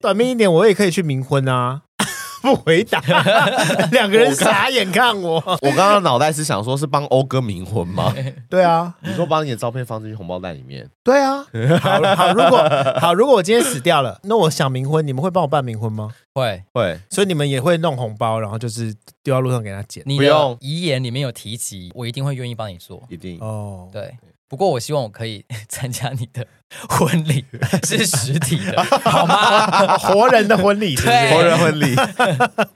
短命一点，我也可以去冥婚啊。 不回 答，两个人傻眼看我。我刚刚脑袋是想说，是帮欧哥冥婚吗？对啊，你说把你的照片放进去红包袋里面，对啊。好了，好，如 果好，如果我今天死掉了，那我想冥婚，你们会帮我办冥婚吗？会，会所以你们也会弄红包，然后就是丢到路上给他捡。你不用的遗言里面有提及，我一定会愿意帮你做。一定哦，对，不过我希望我可以 参加你的婚礼，是实体的，好吗？啊活人的婚礼，是不是 对活人婚礼。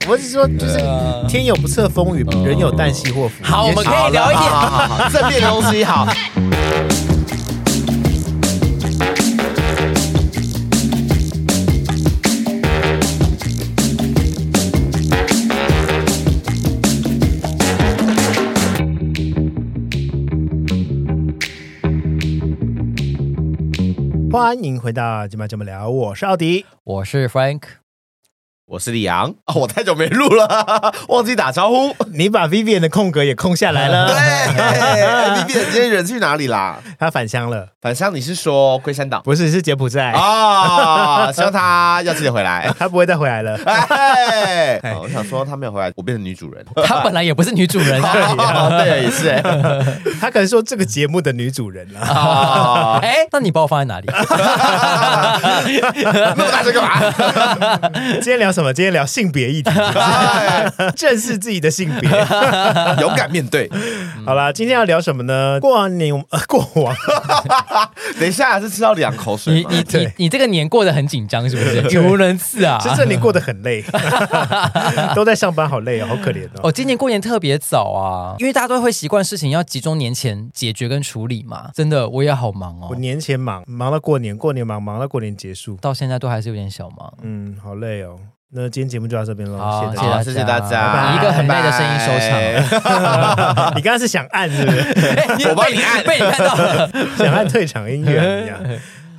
我是说，就是呃天有不测风云，人有旦夕祸福。好，我们可以聊一点好好好，正面的东西好。欢迎回到今晚这么聊，我是奥迪。我是 Frank，我是李阳，哦，我太久没录了，忘记打招呼。你把 Vivian 的空格也空下来对了，哎，B B，你今天人去哪里啦？他返乡了，返乡，你是说龟山岛不是是柬埔寨，啊？希望他要记得回来。他不会再回来了。哎，哦我想说他没有回来，我变成女主人。她本来也不是女主人啊。哦，对，也是。哎他可能说这个节目的女主人啊 了、哦，哎，那你把我放在哪里？那么大声干嘛？今天聊什么？今天聊性别议题，哎正视自己的性别。勇敢面对。好啦，今天要聊什么呢？过完年，呃过往等一下是吃到两口你水吗？你你对你这个年过得很紧张是不是？语无伦次啊！其实这年过得很累，都在上班，好累哦，好可怜哦。哦，今年过年特别早啊，因为大家都会习惯事情要集中年前解决跟处理嘛。真的，我也好忙我哦，年前忙，忙到过年，过年忙，忙到过年结束。到现在都还是有点小忙。嗯，好累哦。那今天节目就到这边喽，好谢谢好，大谢谢大家，以一个很累的声音收场拜拜。家。你刚刚是想按是不是？ 我帮你按被你看到了。想按退场音乐一样。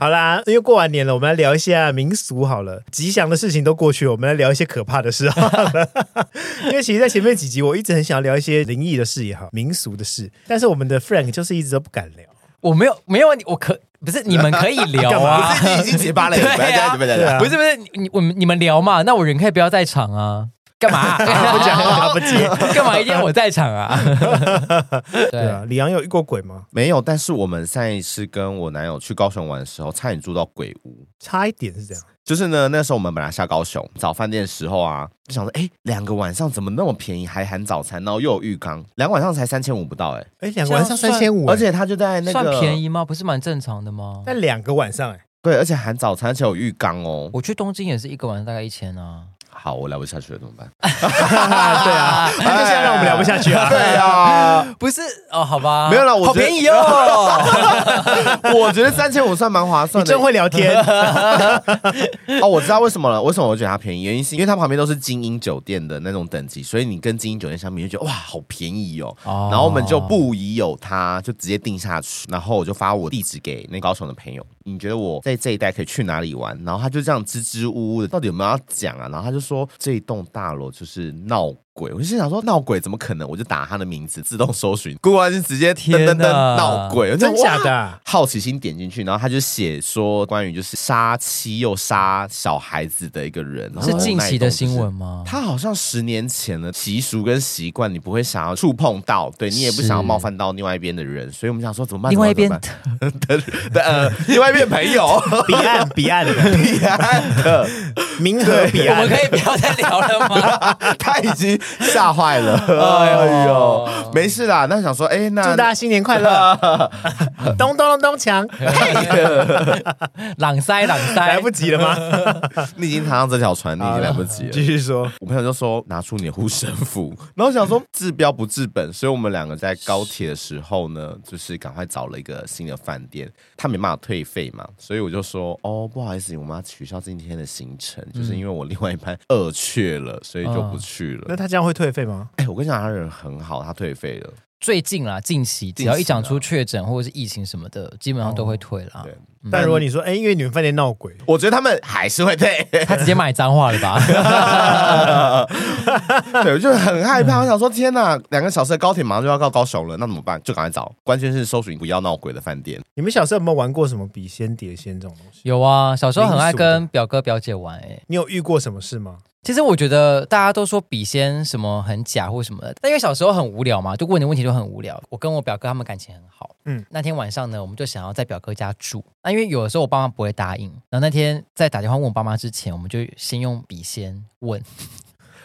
好啦，因为过完年了，我们来聊一下民俗好了。吉祥的事情都过去了，我们来聊一些可怕的事好了。 因为其实，在前面几集，我一直很想要聊一些灵异的事也好，民俗的事，但是我们的 Frank 就是一直都不敢聊。我没有没有啊你，我可不是你们可以聊 啊，哎不是你已经结巴了，对啊不要这样，不要这对样啊。不是不是你我们你们聊嘛，那我人可以不要在场啊，干嘛、 不讲话不接干嘛一定要我在场啊？ 对对啊，李阳有遇过鬼吗？没有，但是我们上一次跟我男友去高雄玩的时候，差点住到鬼屋。差一点是这样，就是呢，那时候我们本来下高雄找饭店的时候啊，就想说，哎、两个晚上怎么那么便宜，还含早餐，然后又有浴缸，两个晚上才三千五不到、哎、哎，两个晚上三千五，啊而且他就在那个嗯算便宜吗？不是蛮正常的吗？但两个晚上哎、对，而且含早餐，而且有浴缸哦。我去东京也是一个晚上大概一千啊。好，我聊不下去了，怎么 办？对啊，他就是要让我们聊不下去啊。对啊，不是哦，好吧，没有啦我好觉得便宜哦。我觉得三千五算蛮划你算的真。会聊天， 哦，我知道为什么了，为什么我觉得它便宜，原因是因为它旁边都是精英酒店的那种等级，所以你跟精英酒店相比，你就觉得哇，好便宜哦。 哦然后我们就不疑有他，就直接定下去。然后我就发我地址给那高雄的朋友，你觉得我在这一带可以去哪里玩？然后他就这样支支吾吾的，到底有没有要讲啊？然后他就说这一栋大楼就是闹。鬼，我就心想说闹鬼怎么可能？我就打他的名字，自动搜寻，果然是直接噔噔天噔哪闹鬼，我就真假哇的啊、好奇心点进去，然后他就写说关于就是杀妻又杀小孩子的一个人，然后是近期的新那一栋闻就是。吗？他好像十年前的习俗跟习惯，你不会想要触碰到，对你也不想要冒犯到另外一边的人，所以我们想说怎么办？另外一 边怎么办对呃，另外一边朋友 彼岸彼岸的彼岸的，冥河彼我岸，们可以不要再聊 了吗？他已经吓坏了。哎哎呦呦，没事啦。那想说，哎，那祝大家新年快乐， 咚咚咚咚锵，哎 朗塞朗 塞，来不及了 吗？你已经踏上这条船，你已经来不及了。继续说，我朋友就说拿出你的护身符，然后想说治标不治本，所以我们两个在高铁的时候呢，就是赶快找了一个新的饭店，他没办法退费嘛，所以我就说哦不好意思，我们要取消今天的行程，就是因为我另外一班二确了，所以就不去了 那。他这样会退费吗？哎、我跟你讲，他人很好，他退费了。最近啦，近期只近期啦要一讲出确诊或者是疫情什么的，基本上都会退啦。对但如果你说，哎，因为你们饭店闹鬼，我觉得他们还是会 退。他直接骂你脏话了吧？对，我就很害怕，我想说天哪，两个小时的高铁马上就要到高雄了，那怎么办？就赶快找，关键是搜寻不要闹鬼的饭店。你们小时候有没有玩过什么笔仙、碟仙这种东西？有啊，小时候很民爱俗的跟表哥表姐玩哎、你有遇过什么事吗？其实我觉得大家都说笔仙什么很假或什么的，但因为小时候很无聊嘛，就问的问题都很无聊。我跟我表哥他们感情很好，嗯嗯，那天晚上呢，我们就想要在表哥家住。那因为有的时候我爸妈不会答应，然后那天在打电话问我爸妈之前，我们就先用笔仙问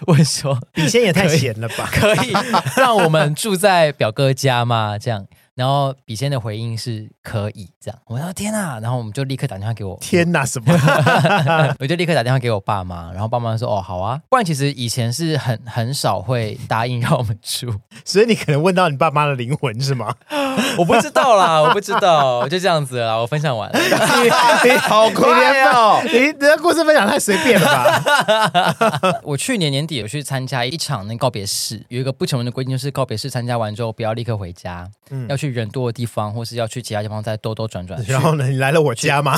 问说笔仙也太闲了吧！可以让我们住在表哥家吗？这样。然后笔仙的回应是可以，这样。我说天啊，然后我们就立刻打电话给我 天哪，什么？我就立刻打电话给我爸妈，然后爸妈说：“哦，好啊。”不然其实以前是很很少会答应让我们住， 所以你可能问到你爸妈的灵魂是 吗？ 我不知道啦，我不知道，我就这样子啦，我分享完了。你你哎好快哦！你你的故事分享太随便了 吧？我去年年底有去参加一场那个告别式，有一个不成文的规定，就是告别式参加完之后不要立刻回家，嗯要去人多的地方，或是要去其他地方再兜兜转 转去。然后呢，你来了我家 吗？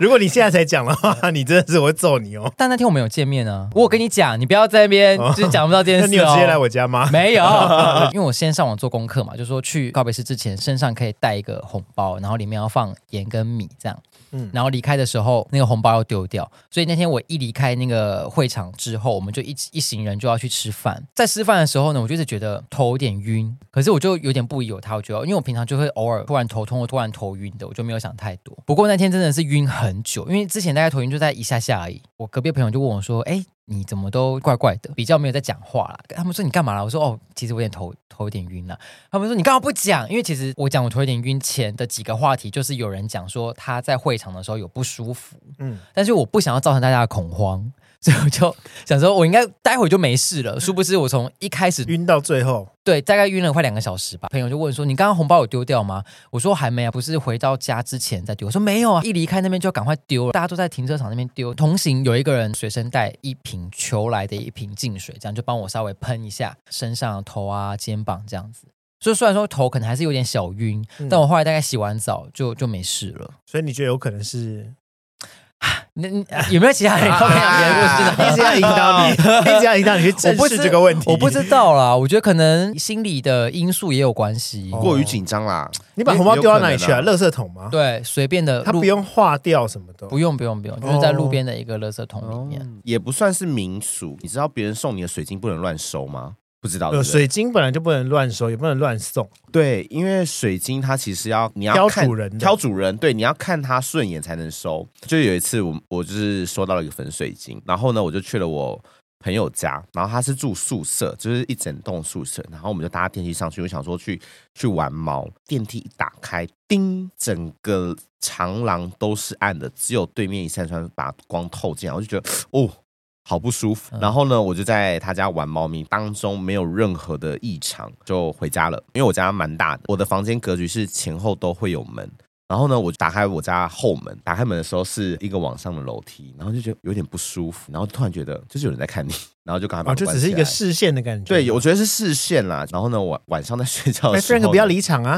如果你现在才讲的话，你真的是我会揍你哦。但那天我们有见面啊，我有跟你讲，你不要在那边就是讲不到这 件那事哦。你有直接来我家吗？没有， 因为我先上网做功课嘛，就说去告别式之前，身上可以带一个红包，然后里面要放盐跟米这样。嗯嗯，然后离开的时候，那个红包要丢掉，所以那天我一离开那个会场之后，我们就一起一行人就要去吃饭。在吃饭的时候呢，我就是觉得头有点晕，可是我就有点不疑有他，我觉得因为我平常就会偶尔突然头痛或突然头晕的，我就没有想太多。不过那天真的是晕很久，因为之前大概头晕就在一下下而已。我隔壁的朋友就问我说：“哎，你怎么都怪怪的，比较没有在讲话啦。他们说你干嘛啦？我说哦，其实我有点头头有点晕啦。他们说你干嘛不讲？因为其实我讲我头有点晕前的几个话题，就是有人讲说他在会场的时候有不舒服，嗯嗯，但是我不想要造成大家的恐慌，所以我就想说我应该待会就没事了。殊不知我从一开始晕到最后，对，大概晕了快两个小时吧。朋友就问说：“你刚刚红包有丢掉吗？”我说：“还没啊，不是回到家之前再丢。”我说：“没有啊，一离开那边就要赶快丢了，大家都在停车场那边丢。”同行有一个人随身带一瓶求来的一瓶净水，这样就帮我稍微喷一下身上、头啊、肩膀这样子。所以虽然说头可能还是有点小晕，嗯但我后来大概洗完澡就就没事了。所以你觉得有可能是那你有没有其 他人后面的故事呢？一直要引导你，一直要引导你去正我不视知这个问题。 我不知道啦，我觉得可能心理的因素也有关系。哦过于紧张啦，你把红包丢到哪里去啊？有可垃圾桶吗？对，随便的它路不用化掉什么的。不用不用不用，就是在路边的一个垃圾桶哦里面。也不算是民俗。你知道别人送你的水晶不能乱收吗？不知道，对呃，不对水晶本来就不能乱收，也不能乱送。对，因为水晶它其实要你要挑看主人的挑主人，对，你要看他顺眼才能收。就有一次我我就是收到了一个粉水晶，然后呢我就去了我朋友家，然后他是住宿舍，就是一整栋宿舍，然后我们就搭电梯上去，我想说去去玩猫，电梯一打开，叮，整个长廊都是暗的，只有对面一扇窗把光透进来，我就觉得哦。好不舒服。然后呢，我就在他家玩猫咪，当中没有任何的异常，就回家了。因为我家蛮大的，我的房间格局是前后都会有门。然后呢，我打开我家后门，打开门的时候是一个往上的楼梯，然后就觉得有点不舒服，然后突然觉得就是有人在看你，然后就赶快哦，把门就关只是一起个来视线的感觉。对，我觉得是视线啦。然后呢，晚晚上在睡觉哎的时候呢， ，Frank 不要离场啊！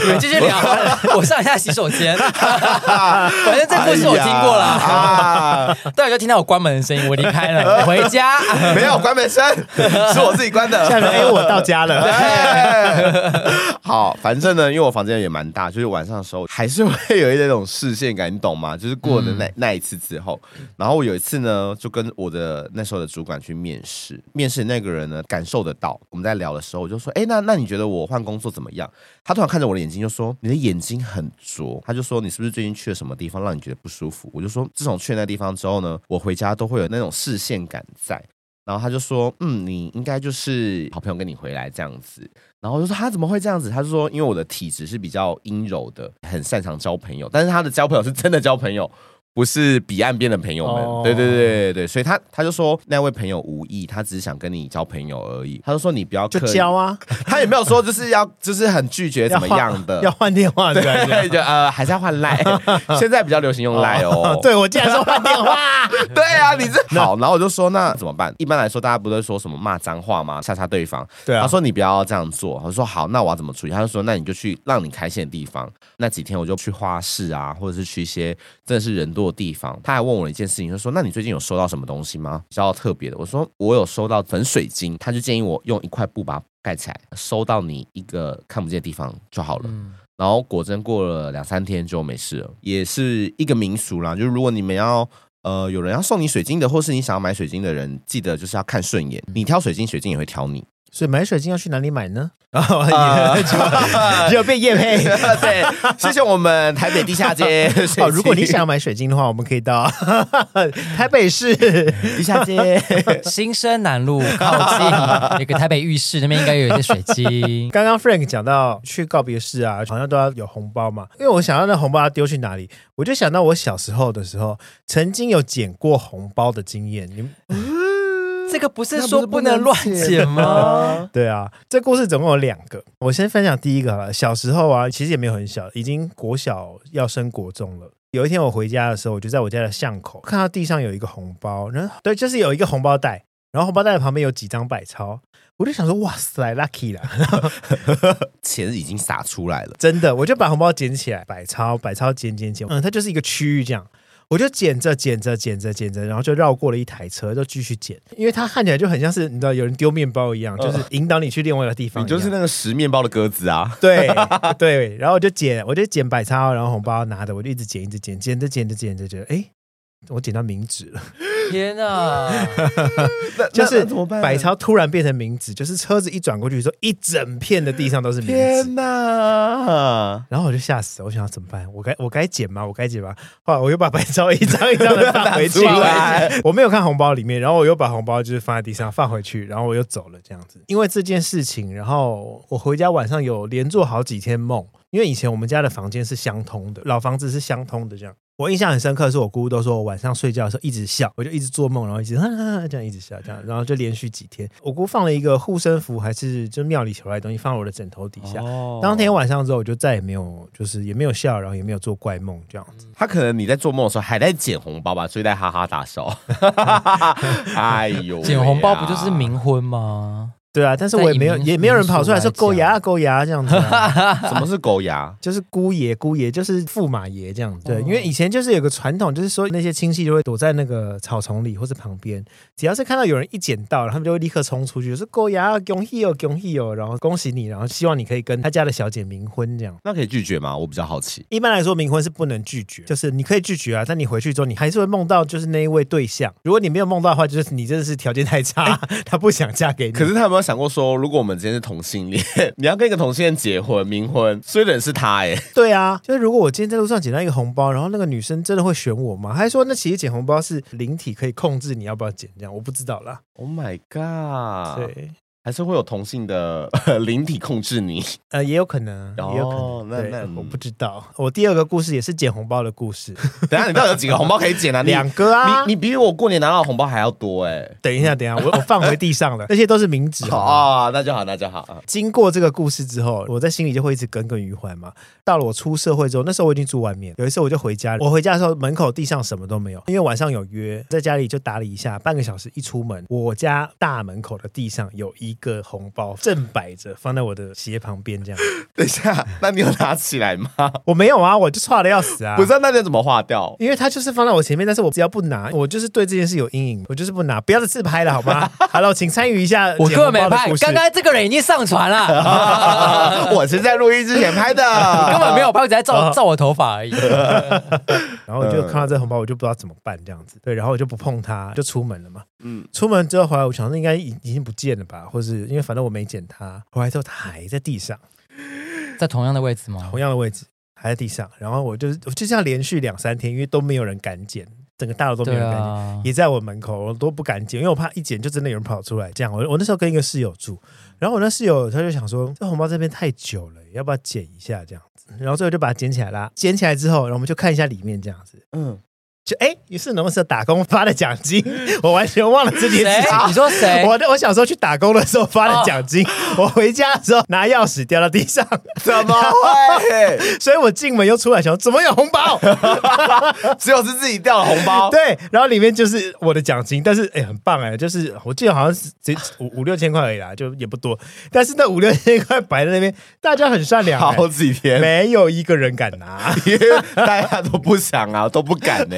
你们继续聊， 我上一下洗手间。反正这故事我听过了，哎 呀但我就听到我关门的声音，我离开了，回家。 啊，没有关门声，是我自己关的。下面哎，我到家了。对， 好，反正呢，因为我房间也蛮大，就是晚上的时候还是会有一点那种视线感，你懂吗？ 就是过了那、那一次之后，然后我有一次呢，就跟我的那时候的主管去面试，面试那个人呢感受得到，我们在聊的时候，我就说，哎、那那你觉得我换工作怎么样？他突然看着我的眼睛就说，你的眼睛很浊，他就说你是不是最近去了什么地方让你觉得不舒服？我就说，自从去了那地方之后呢，我回家都会有那种视线感在。然后他就说，嗯，你应该就是好朋友跟你回来这样子。然后我就说他怎么会这样子？他就说因为我的体质是比较阴柔的，很擅长交朋友，但是他的交朋友是真的交朋友，不不是彼岸边的朋友们。哦对对对对对，所以他他就说那位朋友无意，他只是想跟你交朋友而已。他就说你不要就刻意交，啊，他也没有说就是要就是很拒绝怎么样的，要换电话对对，就呃还是要换 赖，现在比较流行用赖哦。对我竟然说换电话，对啊，你这好，然后我就说那怎么办？一般来说，大家不是说什么骂脏话吗？吓吓对方。对啊他说你不要这样做。我说好，那我要怎么处理？他就说那你就去让你开心的地方。那几天我就去花市啊，或者是去一些真的是人多的地方。他还问我一件事情，就说那你最近有收到什么东西吗？比较特别的，我说我有收到粉水晶，他就建议我用一块布把它盖起来，收到你一个看不见的地方就好了。嗯，然后果真过了两三天就没事了，也是一个民俗啦。就是如果你们要呃有人要送你水晶的，或是你想要买水晶的人，记得就是要看顺眼，嗯你挑水晶，水晶也会挑你。所以买水晶要去哪里买呢？然后 只有被叶配。啊对，谢谢我们台北地下街水晶。哦，如果你 想买水晶的话，我们可以到台北市地下街，新生南路靠近那个台北浴室那边应该有一些水晶，刚刚 Frank 讲到去告别式啊，好像都要有红包嘛。因为我想到那红包要丢去哪里，我就想到我小时候的时候，曾经有捡过红包的经验。你们这个不是说不能乱捡吗？对啊，这故事总共有两个。我先分享第一个好了。小时候啊，其实也没有很小，已经国小要升国中了。有一天我回家的时候，我就在我家的巷口看到地上有一个红包，然后对，就是有一个红包袋，然后红包袋旁边有几张百钞，我就想说哇塞，lucky 啦，钱已经撒出来了。真的，我就把红包捡起来，百钞，百钞捡捡捡，嗯，它就是一个区域这样。我就捡着捡着捡着捡着，然后就绕过了一台车，就继续捡，因为它看起来就很像是你知道有人丢面包一样，就是引导你去另外一个地方你一样。就是那个拾面包的鸽子啊！对对，然后我就捡，我就捡百钞，然后红包拿着，我就一直捡，一直捡，捡着捡着捡着，觉得哎，我捡到冥纸了，天哪！那那就是那怎么办？百钞突然变成冥纸，就是车子一转过去说一整片的地上都是冥纸。天哪！然后我就吓死了，我想要怎么办？我该我该捡吗？我该捡吗？后来我又把百钞一张一张的放回去拿出来，我没有看红包里面，然后我又把红包就是放在地上放回去，然后我又走了这样子。因为这件事情，然后我回家晚上有连做好几天梦，因为以前我们家的房间是相通的，老房子是相通的这样。我印象很深刻，是我姑姑都说我晚上睡觉的时候一直笑，我就一直做梦，然后一直 这样一直笑，这样，然后就连续几天。我姑放了一个护身符，还是就庙里求来的东西，放在我的枕头底下。哦当天晚上之后，我就再也没有，就是也没有笑，然后也没有做怪梦这样子。 嗯他可能你在做梦的时候还在捡红包吧，所以在哈哈大 笑。哎呦喂啊，捡红包不就是冥婚吗？对啊，但是我也没有，在以民也没有人跑出来说民俗来讲狗牙狗牙这样子啊、 什么是狗牙？就是姑爷姑爷，就是驸马爷这样子。对，哦因为以前就是有个传统，就是说那些亲戚就会躲在那个草丛里或是旁边，只要是看到有人一捡到，然后他们就会立刻冲出去，说狗牙恭喜哦恭喜哦，然后恭喜你，然后希望你可以跟他家的小姐冥婚这样。 那可以拒绝吗？我比较好奇。一般来说，冥婚是不能拒绝，就是你可以拒绝啊，但你回去之后，你还是会梦到就是那一位对象。如果你没有梦到的话，就是你真的是条件太差，他不想嫁给你。哎可是他有没有想过说，如果我们今天是同性恋， 你要跟一个同性恋结婚、冥婚，所以人是他哎、对啊，就是如果我今天在路上捡到一个红包，然后那个女生真的会选我吗？还说那其实捡红包是灵体可以控制你要不要捡，这样我不知道啦。 Oh my god！对，还是会有同性的 灵体控制你。呃，也有可能，哦也有可能。那嗯对那我不知道。我第二个故事也是捡红包的故事，嗯等一下你到底有几个红包可以捡啊啊？你两个啊。你你比我过年拿到的红包还要多哎、等一下，等一下，我我放回地上 了，那些都是冥纸。好吗哦，那就好，那就好。啊经过这个故事之后，我在心里就会一直耿耿于怀嘛。到了我出社会之后，那时候我已经住外面，有一次我就回家，我回家的时候门口地上什么都没有，因为晚上有约，在家里就打理一下，半个小时一出门，我家大门口的地上有一个红包正摆着，放在我的鞋旁边这样。等一下，那你有拿起来吗？我没有啊，我就差的要死啊！ 不知道那你要怎么 化掉？ 因为他就是放在我前面，但是我只要不拿，我就是对这件事有阴影，我就是不拿，不要再自拍了好 吗？Hello，请参与一下我捡根哎红本没包的拍故，事刚刚这个人已经上传了，我是在录音之前拍的，根本没有拍，我只在照照我头发而已。然后我就看到这红包，我就不知道怎么办这样子，对，然后我就不碰它，就出门了嘛。嗯嗯，出门之后回来，我想说应该已已经不见了吧，或是因为反正我没捡它，回来之后它还在地上，在同样的位置吗同？样的位置还在地上，然后我就我就这样连续两三天，因为都没有人敢捡，整个大楼都没有对人敢捡。啊，也在我门口，我都不敢捡，因为我怕一捡就真的有人跑出来。这样，我我那时候跟一个室友住，然后我那室友他就想说，这红包这边太久了，要不要捡一下这样子？然后最后就把它捡起来啦。捡起来之后，然后我们就看一下里面这样子，嗯，就哎，于是农舍打工发的奖金，我完全忘了这件谁事情。？你说谁？啊 我的我小时候去打工的时候发的奖金，我回家的时候拿钥匙掉到地上， 怎么会？所以我进门又出来想怎么有红包？ 只有是自己掉了红包， 对，然后里面就是我的奖金，但是哎、很棒哎、就是我记得好像是只五五六千块而已啦，就也不多，但是那五六千块摆在那边，大家很善良、好哎几天，没有一个人敢拿。因为 大家都不想啊，都不敢呢、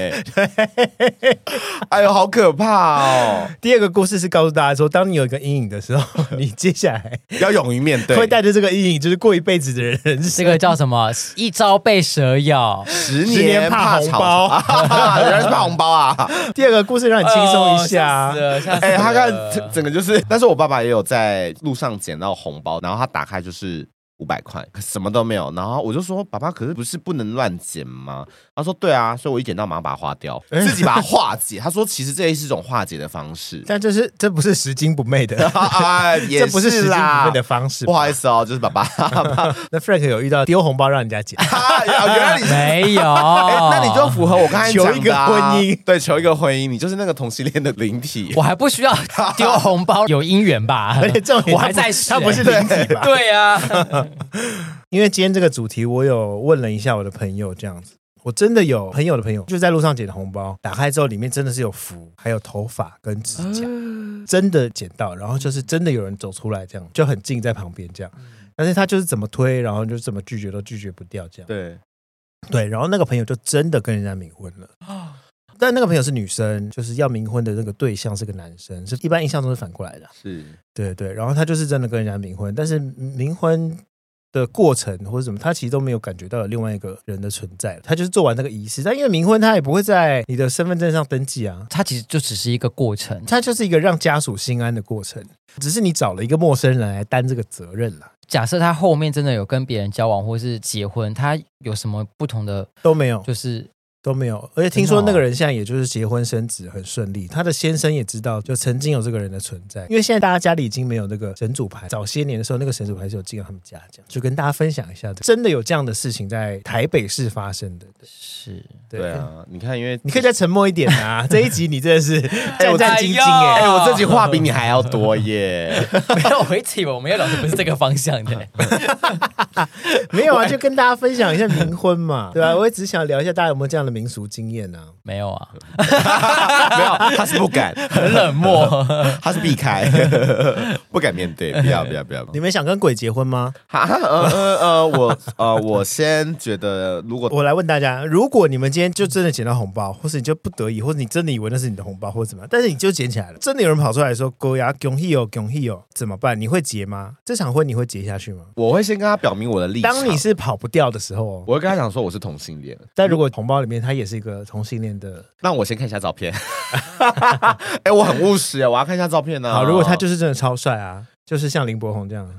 哎呦，好可怕哦！第二个故事是告诉大家说，当你有一个阴影的时候， 你接下来 要勇于面对，会带着这个阴影，就是过一辈子的人人这生。个叫什么？一朝被蛇咬，十十年年怕怕红吵包啊， 原来是怕红包 啊！第二个故事让你 轻松一下，哦吓死了吓死了哎、他看整个就是，但是我爸爸也有在路上捡到红包，然后他打开就是五百块，可什么都没有。然后我就说：“爸爸，可是不是不能乱捡吗？”他说：“对啊。”所以我一捡到，马上把它花掉，哎自己把它化解。他说：“其实这也是一种化解的 方式。但这是这不是拾金不昧的，哎” 也这不是拾金不昧啦的。方式不。好意思哦，就是爸爸。 那 Frank 有遇到丢红包让人家捡，啊原来你是没 有 哎、那你就符合我刚才讲的、啊、求一个婚姻对，求一个婚姻，你就是那个同性恋的灵体。 我还不需要丢红包，有姻缘吧？ 而且重点我他还不在世他不是哎灵体吧？ 对啊， 因为今天这个主题，我有问了一下我的朋友，这样子，我真的有朋友的朋友，就在路上捡的红包，打开之后里面真的是有符，还有头发跟指甲，真的捡到，然后就是真的有人走出来，这样就很近在旁边这样，但是他就是怎么推，然后就怎么拒绝都拒绝不掉这样， 对，对，然后那个朋友就真的跟人家冥婚了。但那个朋友是女生，就是要冥婚的那个对象是个男生，是一般印象中是反过来的。是对对，然后他就是真的跟人家冥婚，但是冥婚的过程或者什么，他其实都没有感觉到有另外一个人的存在，他就是做完那个仪式。但因为冥婚，他也不会在你的身份证上登记啊，它其实就只是一个过程。它就是一个让家属心安的过程，只是你找了一个陌生人来担这个责任啦，假设他后面真的有跟别人交往或是结婚，他有什么不同的？都没有就是 都没有。而且听说那个人现在也就是结婚生子很顺利，他的先生也知道就曾经有这个人的存在，因为现在大家家里已经没有那个神主牌，早些年的时候那个神主牌是有进到他们家，这样就跟大家分享一下，真的有这样的事情在台北市发生的。是对对啊，你看，因为你可以再沉默一点 啊！这一集你真的是战我战兢兢哎、哎、哎呦我这句话比你还要多耶。没有回体吧？我们要聊的不是这个方向的。 没有啊，就跟大家分享一下冥婚嘛，对吧、我也只想聊一下大家有没有这样的民俗经验啊。没有啊， 没有，他是不敢，很冷漠。 他是避开， 不敢面对，不要不要不要。你们想跟鬼结婚吗？哈呃呃呃，我呃我先觉得，如果我来问大家，如果你们今天就真的捡到红包，或是你就不得已，或者你真的以为那是你的红包，或者怎么样，但是你就捡起来了，真的有人跑出来说“狗牙恭喜哦，恭喜哦”，怎么办？你会结吗？这场婚你会结下去吗？我会先跟他表明我的立场。当你是跑不掉的时候哦，我会跟他讲说我是同性恋，但如果红包里面它也是一个同性恋的，那我先看一下照片。 哎、我很务实哎，我要看一下照片呢、好，如果他就是真的超帅啊，就是像林柏宏这样，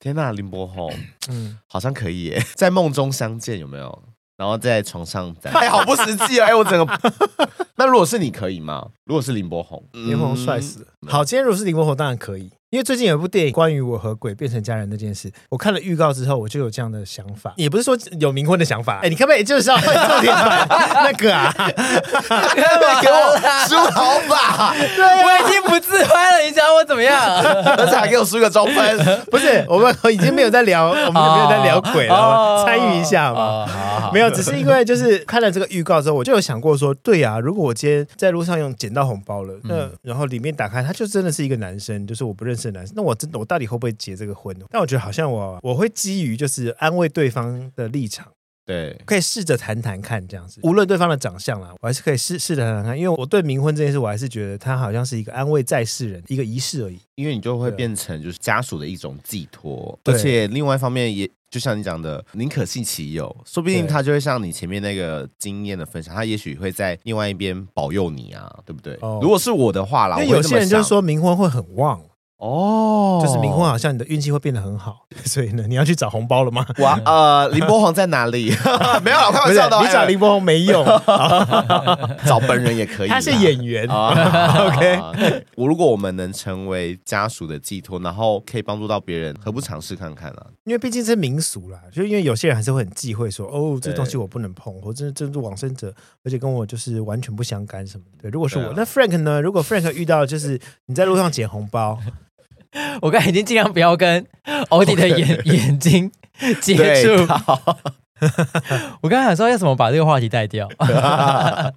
天呐，林柏宏嗯。好像可以耶， 在梦中相见有没有？然后在床上在，哎，好不实际哦！哎，我整个。 那如果是你可以吗？如果是林柏宏， 林柏宏帅死了。嗯好，今天如果是林柏宏，当然可以，因为最近有一部电影关于我和鬼变成家人那件事，我看了预告之后，我就有这样的想法，也不是说有冥婚的想法，哎，你可不可以就是要重点把 那个啊？嗯，给我输好吧，我已经不自拍了，你想我怎么 样？而且还给我输个中 分。不是，我们已经没有在聊，我们没有在聊鬼了，参与一下嘛。哦好好没有，只是因为就是看了这个预告之后，我就有想过说，对啊，如果我今天在路上用捡到红包了，嗯那、然后里面打开，他就真的是一个男生，就是我不认识的男生，那我真的我到底会不会结这个婚？但我觉得好像我我会基于就是安慰对方的立场。对，可以试着谈谈看这样子，无论对方的长相啦，我还是可以试试着谈谈看，因为我对冥婚这件事，我还是觉得它好像是一个安慰在世人一个仪式而已。因为你就会变成就是家属的一种寄托，而对且另外一方面也就像你讲的，宁可信其有，说不定对他就会像你前面那个经验的分享，他也许会在另外一边保佑你啊，对不对？哦如果是我的话啦，因为我会有这些么人就是想说冥婚会很旺，哦，就是冥婚，好像你的运气会变得很好， 所以呢，你要去找红包了吗？哇，呃，林柏宏在哪里？ 没有啦，我开不玩是，笑的哦。你找林柏宏没 用，哎找本人也可以啦，他是演员。啊 OK 我如果我们能成为家属的寄托，然后可以帮助到别人，何不尝试看看啊？因为毕竟是民俗啦，就因为有些人还是会很忌讳说，哦，这对东西我不能碰，或者这是往生者，而且跟我就是完全不相干什么的。对，如果是我，对啊那 Frank 呢？如果 Frank 遇到就是你在路上捡红包，我刚才已经尽量不要跟欧弟的眼眼睛接对。触我刚才想说要怎么把这个话题带 掉。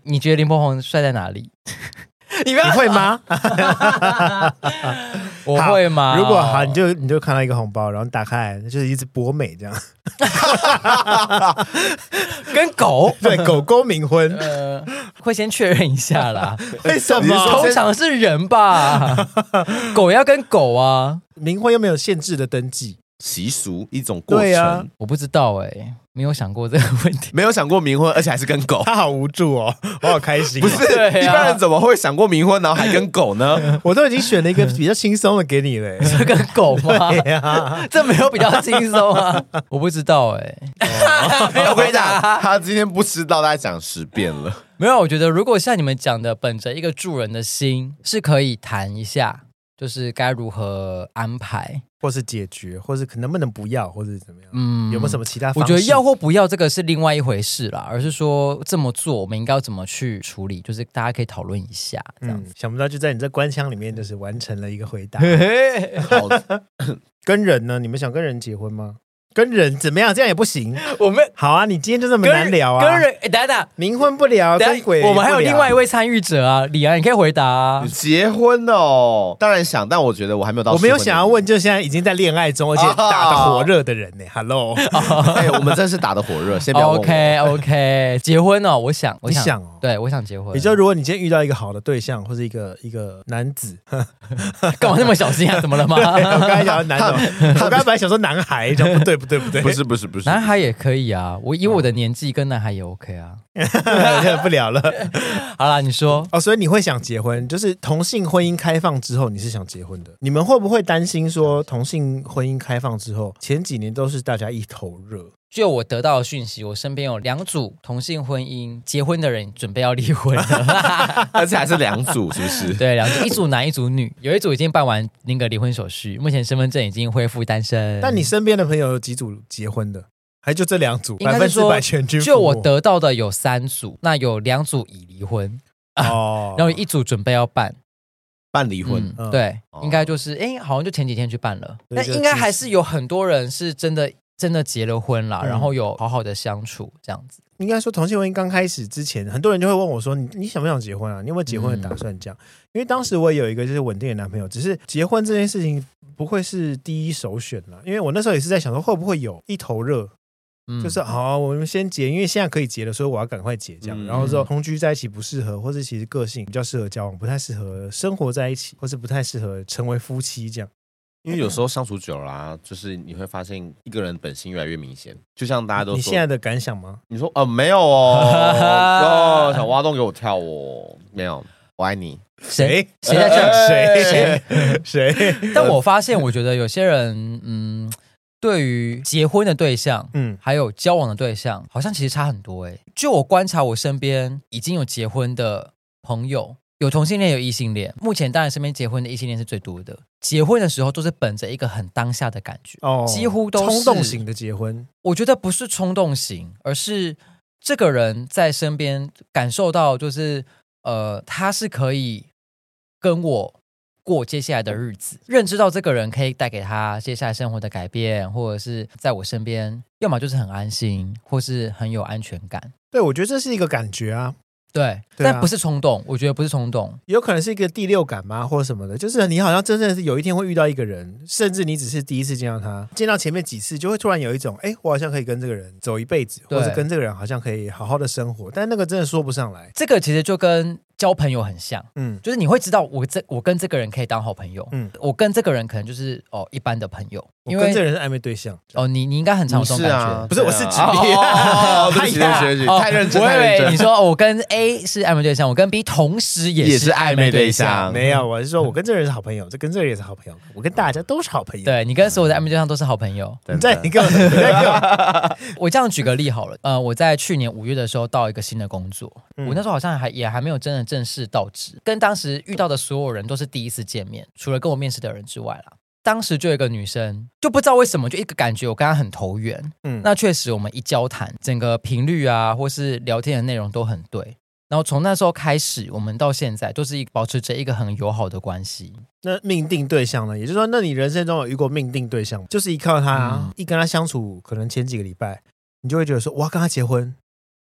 你觉得林柏宏帅在哪里？你不要你会 吗？我会吗？如果好，你就你就看到一个红包，然后打开来就是一只博美这样， 跟狗对，狗狗冥婚，嗯呃，会先确认一下 啦。为什你是么说通常是人吧，狗要跟狗啊，冥婚又没有限制的登记？习俗一种过对程，啊我不知道哎、没有想过这个问 题。没有想过冥婚，而且还是跟 狗。他好无助哦，我好开心、哦。不是、对啊一般人怎么会想过冥婚，然后还跟狗 呢？我都已经选了一个比较轻松的给你了、 这跟狗吗？对啊呀， 这没有比较轻松啊， 我不知道哎、啊我跟你讲，他今天不吃到，大概讲十遍了。没有，我觉得如果像你们讲的，本着一个助人的心，是可以谈一下，就是该如何安排。或是解决，或是可能不能不要，或是怎么样？嗯，有没有什么其他我方式？觉得要或不要这个是另外一回事啦，而是说这么做我们应该要怎么去处理，就是大家可以讨论一下这样嗯子。，想不到就在你这官腔里面，就是完成了一个回答。好，跟人呢？你们想跟人结婚吗？跟人怎么样？这样也不行。 我们好啊，你今天就这么跟难聊啊？跟人诶等一下等一下冥婚不聊，等跟一鬼下，我们还有不聊另外一位参与者啊，李安，你可以回答 啊。结婚哦，当然想，但我觉得我还没有到。我没有想要问，，就现在已经在恋爱中，而哦且打得火热的人呢、Hello，哎，我们真是打得火热，先不要问我 OK OK，结婚哦，我想，我你想哦对，我想结婚。也就如果你今天遇到一个好的对象，或是一个一个男子， 干嘛那么小心 啊？怎么了吗？我刚才想到男的，我刚才本来想说男 孩，这样不对不对不对，不是不是不是，男孩也可以啊，我以我的年纪跟男孩也 OK 啊。不聊了好啦，你说哦。所以你会想结婚，就是同性婚姻开放之后，你是想结婚的。你们会不会担心说同性婚姻开放之后，前几年都是大家一头热？就我得到的讯息，我身边有两组同性婚姻结婚的人准备要离婚了。而且还是两组，是不是？ 对，两组，一组男，一组女，有一组已经办完那个离婚手续，目前身份证已经恢复单身。但你身边的朋友有几组结婚的？还就这两组，应百该是分之说百全军覆没。就我得到的有三组，那有两组已离婚，哦，啊 然后一组准备要办。办离婚，嗯嗯对，哦应该就是哎，好像就前几天去办了，对那就应该其还实是有很多人是真的真的结了婚啦，嗯然后有好好的相处这样子。应该说同性婚姻刚开始之前，很多人就会问我说：“你你想不想结婚啊？你有没有结婚嗯的打算？”这样，因为当时我有一个就是稳定的男朋友，只是结婚这件事情不会是第一首选了，因为我那时候也是在想说会不会有一头热，嗯，就是啊好、我们先结，因为现在可以结了，所以我要赶快结这样。嗯然后说同居在一起不适合，或是其实个性比较适合交往，不太适合生活在一起，或是不太适合成为夫妻这样。因为有时候相处久了、啊，就是你会发现一个人本性越来越明显。就像大家都你说，现在的感想吗？你说呃没有 哦，哦想挖洞给我跳哦，没有，我爱你。哎谁谁谁在这？谁谁谁？但我发现，我觉得有些人，嗯，对于结婚的对象。嗯，还有交往的对象，好像其实差很多诶、就我观察，我身边已经有结婚的朋友，有同性恋，有异性恋。目前当然身边结婚的异性恋是最多的。结婚的时候都是本着一个很当下的感觉，哦，几乎都冲是动型的结婚。我觉得不是冲动型，而是这个人在身边感受到，就是呃，他是可以跟我过接下来的日子，认知到这个人可以带给他接下来生活的改变，或者是在我身边，要么就是很安心，或是很有安全感。对，我觉得这是一个感觉啊，对，对啊但不是冲动，我觉得不是冲动。有可能是一个第六感嘛，或者什么的，就是你好像真正是有一天会遇到一个人，甚至你只是第一次见到他，见到前面几次，就会突然有一种，哎，我好像可以跟这个人走一辈子，对或者跟这个人好像可以好好的生活，但那个真的说不上来。这个其实就跟交朋友很像，嗯就是你会知道我这我跟这个人可以当好朋友，嗯，我跟这个人可能就是哦一般的朋友，我因跟这个为人是暧昧对象，哦你你应该很常有这是种感啊觉，。不是我是指哦哦哦哦 对不起对不起对不起哦太认真我以太认为真你说哦我跟 A 是暧昧对象，我跟 B 同时也也是是暧暧昧昧对对象象。没有，我是说我跟这个人是好朋友，这跟这个人也是好朋友，我跟大家都是好朋友。， 对你跟所有的暧昧对象都是好朋友。你再你给我，你再给 我，我这样举个例好了，呃，我在去年五月的时候到一个新的工作，嗯我那时候好像还也还没有真的正式到职，跟当时遇到的所有人都是第一次见面，除了跟我面试的人之外啦。当时就有一个女生，就不知道为什么，就一个感觉我跟她很投缘。嗯，那确实，我们一交谈，整个频率啊，或是聊天的内容都很对。然后从那时候开始，我们到现在都是一保持着一个很友好的关系。那命定对象呢？也就是说，那你人生中有遇过命定对象吗，就是依靠嗯他，一跟他相处，可能前几个礼拜，你就会觉得说，我要跟他结婚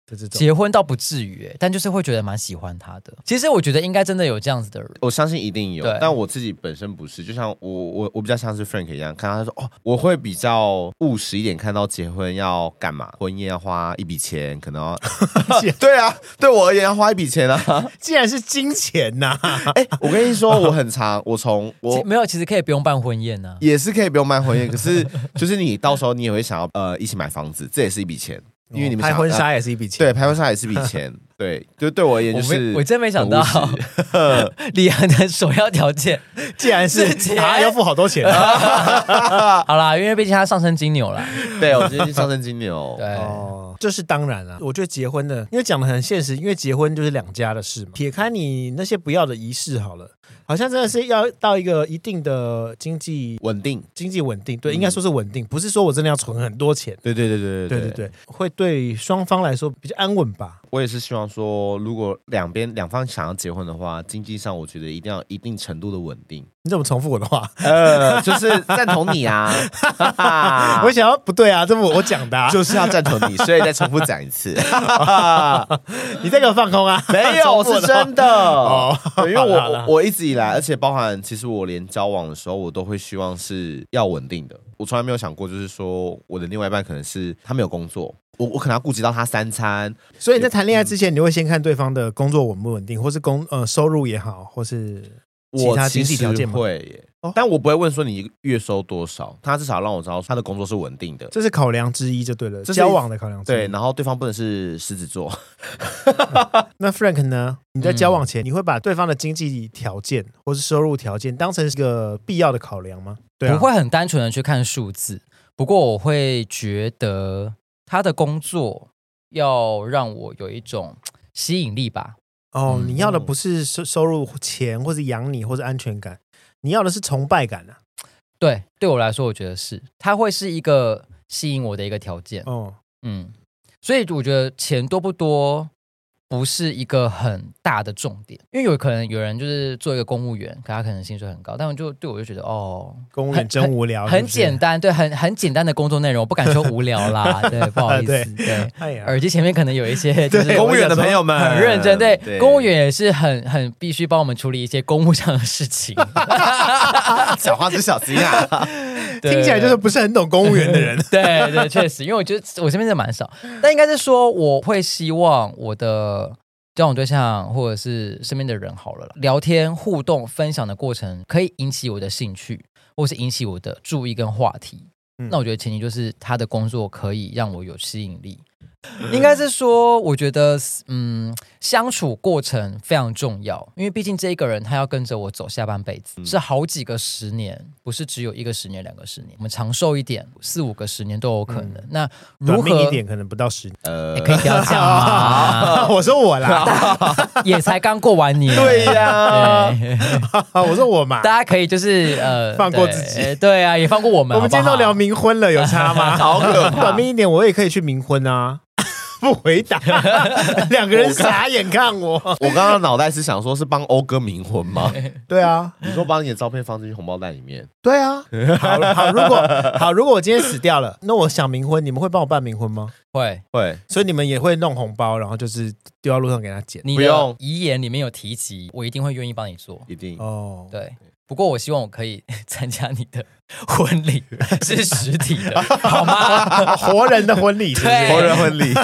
的这种。结婚倒不至于、欸但就是会觉得蛮喜欢她的。其实我觉得应该真的有这样子的人，我相信一定有对，但我自己本身不是，就像我我我比较像是 Frank 一样，看到他说哦，我会比较务实一点，看到结婚要干嘛，婚宴要花一笔钱，可能 要 对啊，对我而言要花一笔钱啊。既然是金钱呐、哎、我跟你说，我 很长，我从其我没有，其实可以不用办婚宴啊呢、也是可以不用办婚宴，可是就是你到时候你也会想要呃一起买房子，这也是一笔钱，因哦为你们拍想婚、呃纱也是一笔钱。对，拍婚纱也是笔钱，对，就对我而言就我没是我真没想到很务实李阳的首要条件。 既然是是钱啊，要付好多钱 啊。好啦，因为毕竟他上升金牛啦， 对我最近上升金牛， 对，哦，这是当然了、我觉得结婚的，因为讲的很现实，因为结婚就是两家的事嘛。撇开你那些不要的仪式好了，好像真的是要到一个一定的经济稳定，经济稳定，对，嗯应该说是稳定，不是说我真的要存很多钱。对对对对对对对，会对双方来说比较安稳吧。我也是希望说，如果两边两方想要结婚的话，经济上我觉得一定要一定程度的稳定。你怎么重复我的话？呃，就是赞同你啊，哈哈 我想要不对啊，这不我我讲的、啊，就是要赞同你，所以再重复讲 一次。你在给我放空啊？没有，是真的。哦对因为好我啦好啦我我一直以来，而且包含其实我连交往的时候，我都会希望是要稳定的。我从来没有想过，就是说我的另外一半可能是他没有工作，我我可能要顾及到他三餐，所以你在谈恋嗯爱之前，你会先看对方的工作稳不稳定，或是工呃收入也好，或是嗯其我他其经济条实件吗会耶哦但我不会问说你月收多少，他至少让我知道他的工作是稳定的。这是考量之一就对了，这是交往的考量之一。对，然后对方不能是狮子座，那 Frank 呢？你在嗯交往前，你会把对方的经济条件或是收入条件当成是一个必要的考量吗？对啊，不会很单纯的去看数字，不过我会觉得他的工作要让我有一种吸引力吧。哦。嗯你要的不是收收入钱，或是养你，或是安全感，你要的是崇拜感啊。对，对我来说，我觉得是，他会是一个吸引我的一个条件。哦，嗯，所以我觉得钱多不多不是一个很大的重点，因为有可能有人就是做一个公务员，可他可能薪水很高，但我就对我就觉得哦，公务员真无聊，很简单。单，对，很很简单的工作内容，我不敢说无聊啦， 对，不好意思，对对。哎呀，耳机前面可能有一 些就是对公务员我的想说朋友们很认真，对，公务员也是很很必须帮我们处理一些公务上的 事情，讲话是小心啊。 对听起来就是不是很懂公务员的人。对对，确实，因为我觉得我身边真的蛮少， 但应该是说我会希望我的交往对象或者是身边的人好了啦，聊天互动分享的过程可以引起我的兴趣，或是引起我的注意跟话题。嗯那我觉得前提就是他的工作可以让我有吸引力。应该是说，我觉得，嗯，相处过程非常重要，因为毕竟这一个人他要跟着我走下半辈嗯子，是好几个十年，不是只有一个十年、两个十年。我们长寿一点，四五个十年都有可能。那 如嗯短 命何一点，可能不到十年。呃也，可以不要讲嘛，我说我啦， 也才刚过完年。对呀，对 我说我嘛大。家可以就是呃啊放过自己对，对啊，也放过我们。我们今天好都不好聊冥婚了，有差 吗？好可怕！短命一点，我也可以去冥婚啊。 不回 答，两个人傻眼看我。我刚刚脑袋是想说，是帮欧哥冥婚吗？对啊，你说把你的照片放进去红包袋里面，对啊。好好，如果好，如果我今天死掉了，那我想冥婚，你们会帮我办冥婚吗？会，会所以你们也会弄红包，然后就是丢到路上给他捡。你不的用遗言里面有提及，我一定会愿意帮你做。一定哦，对，不过我希望我可以 参加你的婚礼， 是实体的，好吗？啊活人的婚礼是不是，对人婚礼，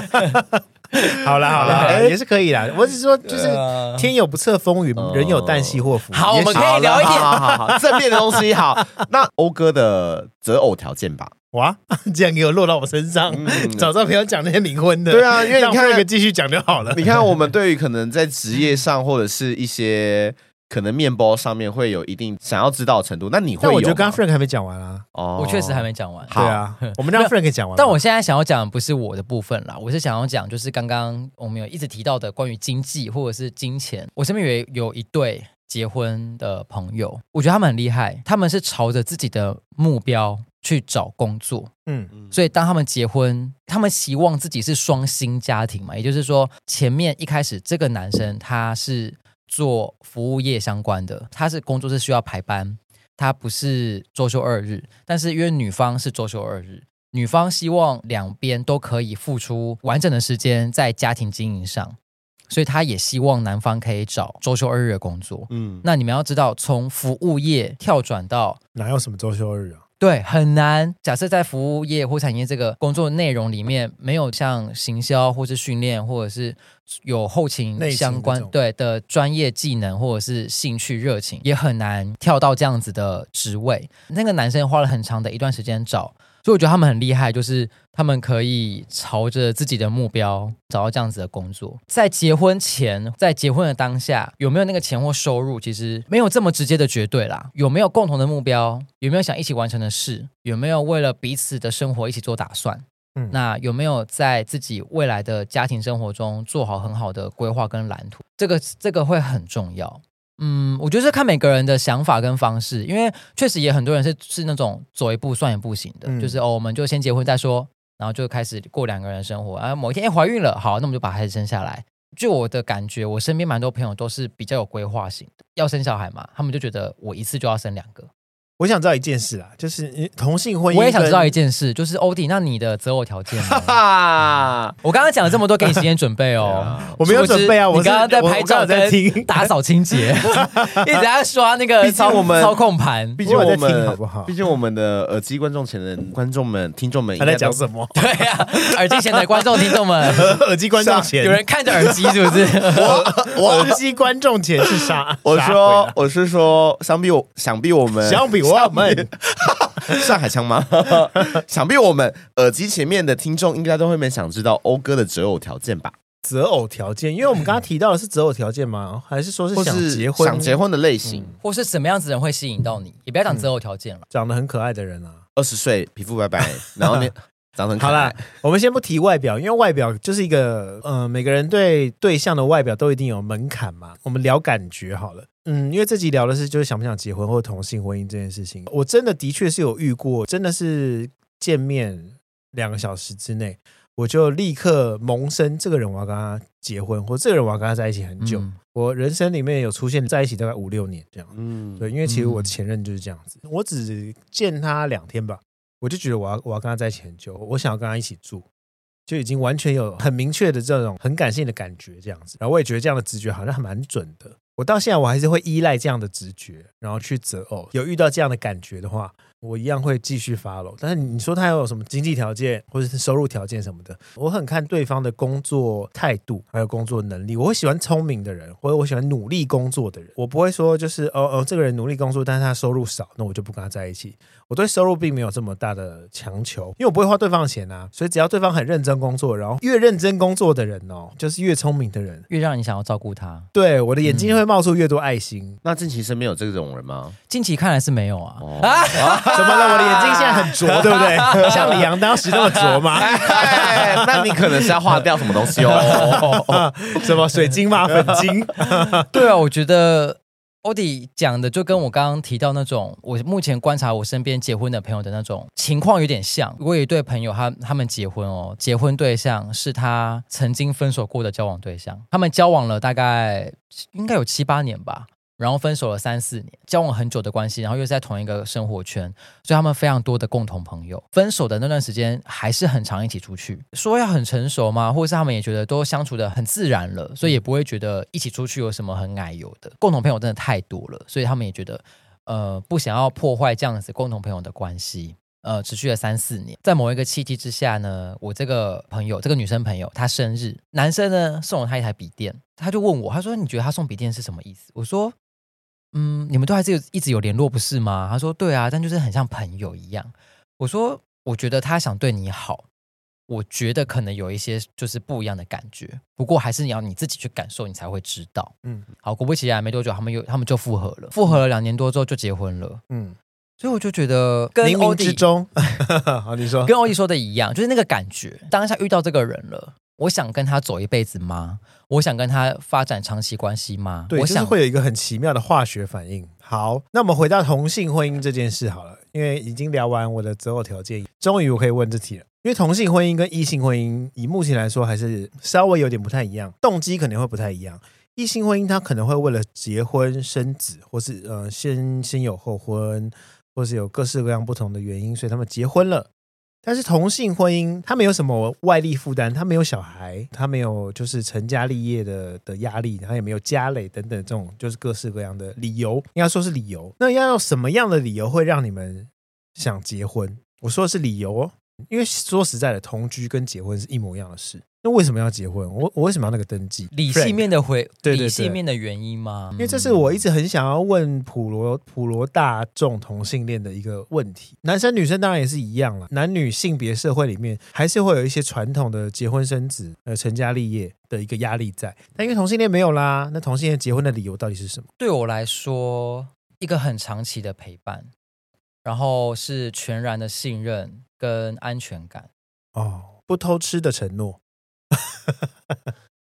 好啦好啦，好啦也是可以啦。我只是说，就是哎对啊哦天有不测风云，人有旦夕祸福。好也我们许可以好了聊一点好好好好，正面的东西好。那欧哥的择偶条件吧，哇， 这样给我落到我身上，嗯早知道不要讲那些冥婚的。对啊因为你让看 Frank 继续讲就好 了。你看我们对于可能在职业上或者是一些可能面包上面会有一定想要知道的程度，那你会但有吗？我觉得刚刚 Frank 还没讲完啊。哦呃我确实还没讲完。好对啊，我们让 Frank 讲完吧。但我现在想要讲的不是我的部分啦，我是想要讲就是刚刚我们有一直提到的关于经济或者是金钱。我身边有有一对结婚的朋友，我觉得他们很厉害，他们是朝着自己的目标去找工作，嗯所以当他们结婚，他们希望自己是双薪家庭嘛，也就是说，前面一开始这个男生他是做服务业相关的，他是工作是需要排班，他不是周休二日，但是因为女方是周休二日。女方希望两边都可以付出完整的时间在家庭经营上，所以她也希望男方可以找周休二日的工作。嗯那你们要知道，从服务业跳转到哪有什么周休日啊？对，很难。假设在服务业或产业这个工作内容里面，没有像行销或是训练，或者是有后勤内勤相关这种对的专业技能或者是兴趣热情，也很难跳到这样子的职位。那个男生花了很长的一段时间找，所以我觉得他们很厉害，就是他们可以朝着自己的目标找到这样子的工作。在结婚前，在结婚的当下，有没有那个钱或收入，其实没有这么直接的绝对啦。有没有共同的目标？有没有想一起完成的事？有没有为了彼此的生活一起做打算？嗯那有没有在自己未来的家庭生活中做好很好的规划跟蓝图？这个这个会很重要。嗯，我觉得是看每个人的想法跟方式，因为确实也很多人是是那种走一步算一步型的，嗯就是哦，我们就先结婚再说，然后就开始过两个人的生活。啊，某一天哎怀孕了，好，那我们就把孩子生下来。据我的感觉，我身边蛮多朋友都是比较有规划型的，要生小孩嘛，他们就觉得我一次就要生两个。我想知道一件事啦，就是你同性婚姻，我也想知道一，件事，就是欧弟，那你的择偶条件呢？哈，我刚刚讲了这么多，给你时间准备 哦。我没有殊不知准备啊，我你是刚刚在我拍我刚照好在听，跟打扫清洁， 一直在刷那个毕竟操我们操控盘。毕竟我我有在听们好不好毕竟我们的耳机观众前人、观众们、听众们他在应该讲 都什么？对啊，耳机前的观众听众们， 耳机观众前，有人看着耳机是不是？我耳机观众前是 啥？我啥说我是说，想必我想必我鬼啊们相比我们，上海 腔吗？想必我们耳机前面的听众应该都会蛮想知道欧哥的择偶条件吧，择偶条件，因为我们刚刚提到的是择偶条件吗？还是说是或想是结婚？想结婚的类型， 或是什么样子的人会吸引到你？也不要讲择偶条件了。长得很可爱的人啊。二十岁，皮肤白白，然 后呢长得很可好啦爱，，我们先不提外表，因为外表就是一个，呃，每个人对对象的外表都一定有门槛嘛。我们聊感觉好了。嗯，因为这集聊的是就是想不想结婚或同性婚姻这件事情，我真的的确是有遇过，真的是见面两个小时之内，我就立刻萌生这个人我要跟他结婚，或这个人我要跟他在一起很久。嗯我人生里面有出现在一起大概五六年这样。嗯，对，因为其实我嗯前任就是这样子，我只见他两天吧，我就觉得我要我要跟他在一起很久，我想要跟他一起住，就已经完全有很明确的这种很感性的感觉这样子。然后我也觉得这样的直觉好像还蛮准的，我到现在我还是会依赖这样的直觉，然后去择偶。有遇到这样的感觉的话，我一样会继续 follow。但是你说他有什么经济条件或者是收入条件什么的，我很看对方的工作态度还有工作能力。我会喜欢聪明的人，或者我喜欢努力工作的人。我不会说就是哦哦，这个人努力工作，但是他收入少，那我就不跟他在一起。我对收入并没有这么大的强求，因为我不会花对方的钱啊。所以只要对方很认真工作，然后越认真工作的人哦，就是越聪明的人。越让你想要照顾他，对我的眼睛会冒出越多爱心。那近期身边有这种人吗？近期看来是没有啊。哦啊， 怎么了？我的眼睛现在很浊，对不对？像李阳当时那么浊 吗？ 哎那你可能是要化掉什么东西 哦。什么水晶吗？粉晶？对啊，我觉得欧弟讲的就跟我刚刚提到那种，我目前观察我身边结婚的朋友的那种情况有点像。我有一对朋友他，他们结婚哦，结婚对象是他曾经分手过的交往对象，他们交往了大概应该有七八年吧。然后分手了三四年，交往很久的关系，然后又是在同一个生活圈，所以他们非常多的共同朋友。分手的那段时间还是很常一起出去，说要很成熟嘛，或者是他们也觉得都相处的很自然了，所以也不会觉得一起出去有什么很奶油的。共同朋友真的太多了，所以他们也觉得呃不想要破坏这样子共同朋友的关系。呃，持续了三四年。在某一个契机之下呢，我这个朋友，这个女生朋友，她生日，男生呢送了她一台笔电，他就问我，他说：“你觉得他送笔电是什么意思？”我说：“嗯，你们都还是有一直有联络不是吗？”他说：“对啊，但就是很像朋友一样。”我说：“我觉得他想对你好，我觉得可能有一些就是不一样的感觉，不过还是你要你自己去感受，你才会知道。” 嗯好，果不其然，没多久他们又他们就复合了，复合了两年多之后就结婚了。嗯，所以我就觉得跟冥冥欧弟之中， 好，你说，跟欧弟说的一样，就是那个感觉，当下遇到这个人了，我想跟他走一辈子吗？我想跟他发展长期关系吗？对，我就是想会有一个很奇妙的化学反应。好，那我们回到同性婚姻这件事好了，因为已经聊完我的择偶条件，终于我可以问这题了。因为同性婚姻跟异性婚姻，以目前来说还是稍微有点不太一样，动机可能会不太一样。异性婚姻它可能会为了结婚生子，或是呃先先有后婚，或是有各式各样不同的原因，所以他们结婚了。但是同性婚姻，他没有什么外力负担，他没有小孩，他没有就是成家立业的的压力，他也没有家累等等这种，就是各式各样的理由，应该说是理由。那要有什么样的理由会让你们想结婚？我说的是理由哦，因为说实在的，同居跟结婚是一模一样的事。那为什么要结婚？我我为什么要那个登记？理性 Frank 面的回对对对理性面的原因吗？嗯因为这是我一直很想要问普罗普罗大众同性恋的一个问题，男生女生当然也是一样了，男女性别社会里面还是会有一些传统的结婚生子、呃成家立业的一个压力在，但因为同性恋没有啦，那同性恋结婚的理由到底是什么？对我来说，一个很长期的陪伴，然后是全然的信任跟安全感。哦，不偷吃的承诺，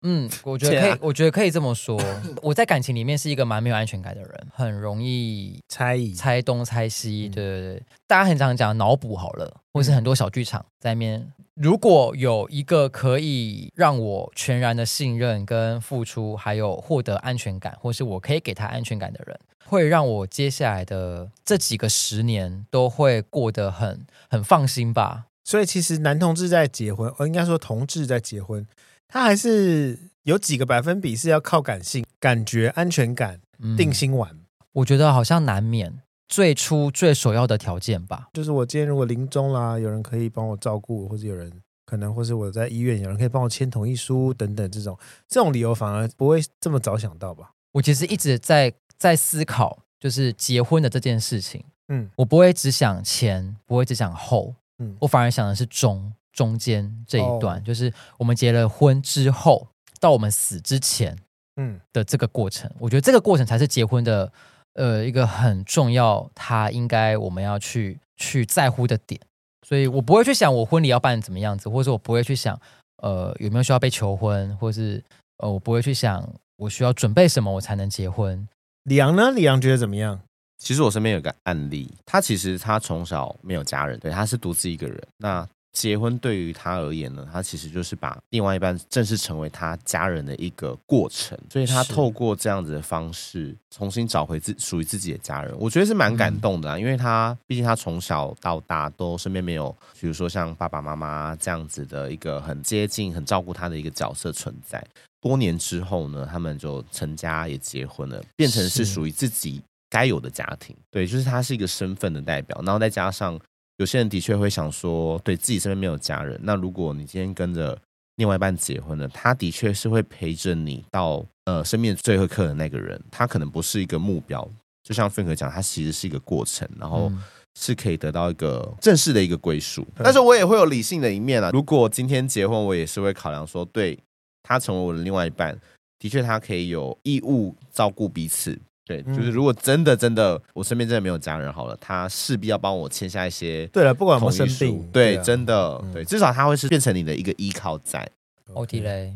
嗯，我觉得啊可以，我觉得可以这么说。我在感情里面是一个蛮没有安全感的人，很容易猜疑，猜东猜西，嗯对对对，大家很常讲脑补好了，或是很多小剧场在面。如果有一个可以让我全然的信任跟付出，还有获得安全感，或是我可以给他安全感的人，会让我接下来的这几个十年都会过得很很放心吧。所以其实男同志在结婚，呃，应该说同志在结婚，他还是有几个百分比是要靠感性、感觉、安全感、嗯定心丸。我觉得好像难免最初最首要的条件吧。就是我今天如果临终啦，有人可以帮我照顾，或者有人可能，或是我在医院，有人可以帮我签同意书等等，这种这种理由反而不会这么早想到吧？我其实一直在在思考，就是结婚的这件事情。嗯我不会只想前，不会只想后，嗯我反而想的是中中间这一段，哦就是我们结了婚之后到我们死之前嗯，的这个过程。我觉得这个过程才是结婚的呃一个很重要，它应该我们要去去在乎的点。所以我不会去想我婚礼要办怎么样子，或者说我不会去想呃有没有需要被求婚，或是呃我不会去想我需要准备什么我才能结婚。李昂呢？李昂觉得怎么样？其实我身边有个案例，他其实他从小没有家人，对，他是独自一个人。那结婚对于他而言呢，他其实就是把另外一半正式成为他家人的一个过程，所以他是透过这样子的方式重新找回自属于自己的家人，我觉得是蛮感动的、啊，因为他毕竟他从小到大都身边没有，比如说像爸爸妈妈这样子的一个很接近、很照顾他的一个角色存在。多年之后呢，他们就成家也结婚了，变成是是属于自己该有的家庭。对，就是他是一个身份的代表，然后再加上有些人的确会想说，对自己身边没有家人，那如果你今天跟着另外一半结婚了，他的确是会陪着你到呃生命最后一刻的那个人，他可能不是一个目标。就像 Frank 讲，他其实是一个过程，然哦后嗯是可以得到一个正式的一个归属。但是我也会有理性的一面啊。如果今天结婚，我也是会考量说，对他成为我的另外一半，的确他可以有义务照顾彼此。对，嗯就是如果真的真的我身边真的没有家人好了，他势必要帮我签下一些对了，不管有没同有意书。生病，对，啊真的嗯对，至少他会是变成你的一个依靠在。欧弟，哦嘞，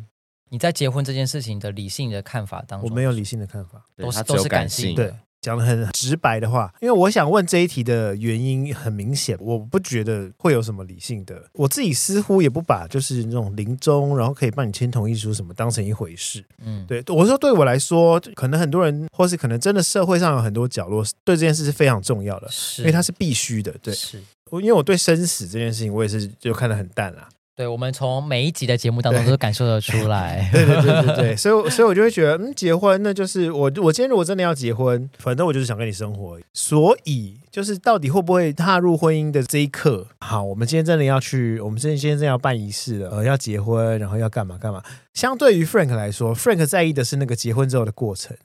你在结婚这件事情的理性的看法当我中，没有理性的看法。对都是他只有都是感性对，讲的很直白的话，因为我想问这一题的原因很明显，我不觉得会有什么理性的，我自己似乎也不把就是那种临终然后可以帮你签同意书什么当成一回事。嗯，对，我说对我来说，可能很多人，或是可能真的社会上有很多角落，对这件事是非常重要的，是，因为它是必须的。对，是我因为我对生死这件事情，我也是就看得很淡啦、啊对，我们从每一集的节目当中都感受得 出来。对对对对对，所以我所以我就会觉得，嗯，结婚那就是我我今天如果真的要结婚，反正我就是想跟你生活，所以就是到底会不会踏入婚姻的这一刻，好，我们今天真的要去，我们今天今天真的要办仪式了，呃，要结婚，然后要干嘛干嘛。相对于 Frank 来说，Frank 在意的是那个结婚之后的过程，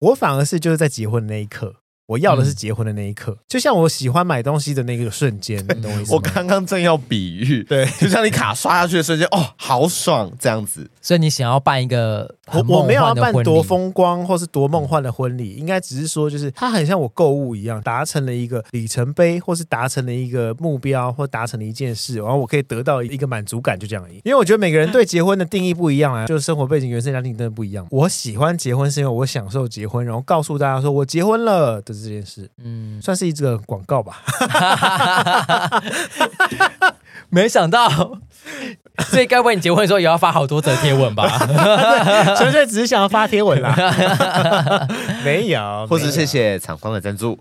我反而是就是在结婚的那一刻。我要的是结婚的那一刻，就像我喜欢买东西的那个瞬间，你懂我意思吗？我刚刚正要比喻，对，就像你卡刷下去的瞬间，哦，好爽，这样子。所以你想要办一个我很我没有要梦办幻的婚多礼，风光或是多梦幻的婚礼，应该只是说，就是它很像我购物一样，达成了一个里程碑，或是达成了一个目标，或达成了一件事，然后我可以得到一个满足感，就这样而已。因为我觉得每个人对结婚的定义不一样啊，就是生活背景、原生家庭真的不一样。我喜欢结婚是因为我享受结婚，然后告诉大家说我结婚了的这件事，嗯，算是一个广告 吧。没想到， 所以该不会你结婚的时候也要发好多则贴文吧？ 纯粹只是想要发贴文啦，没有，或者没有谢谢厂商的赞助，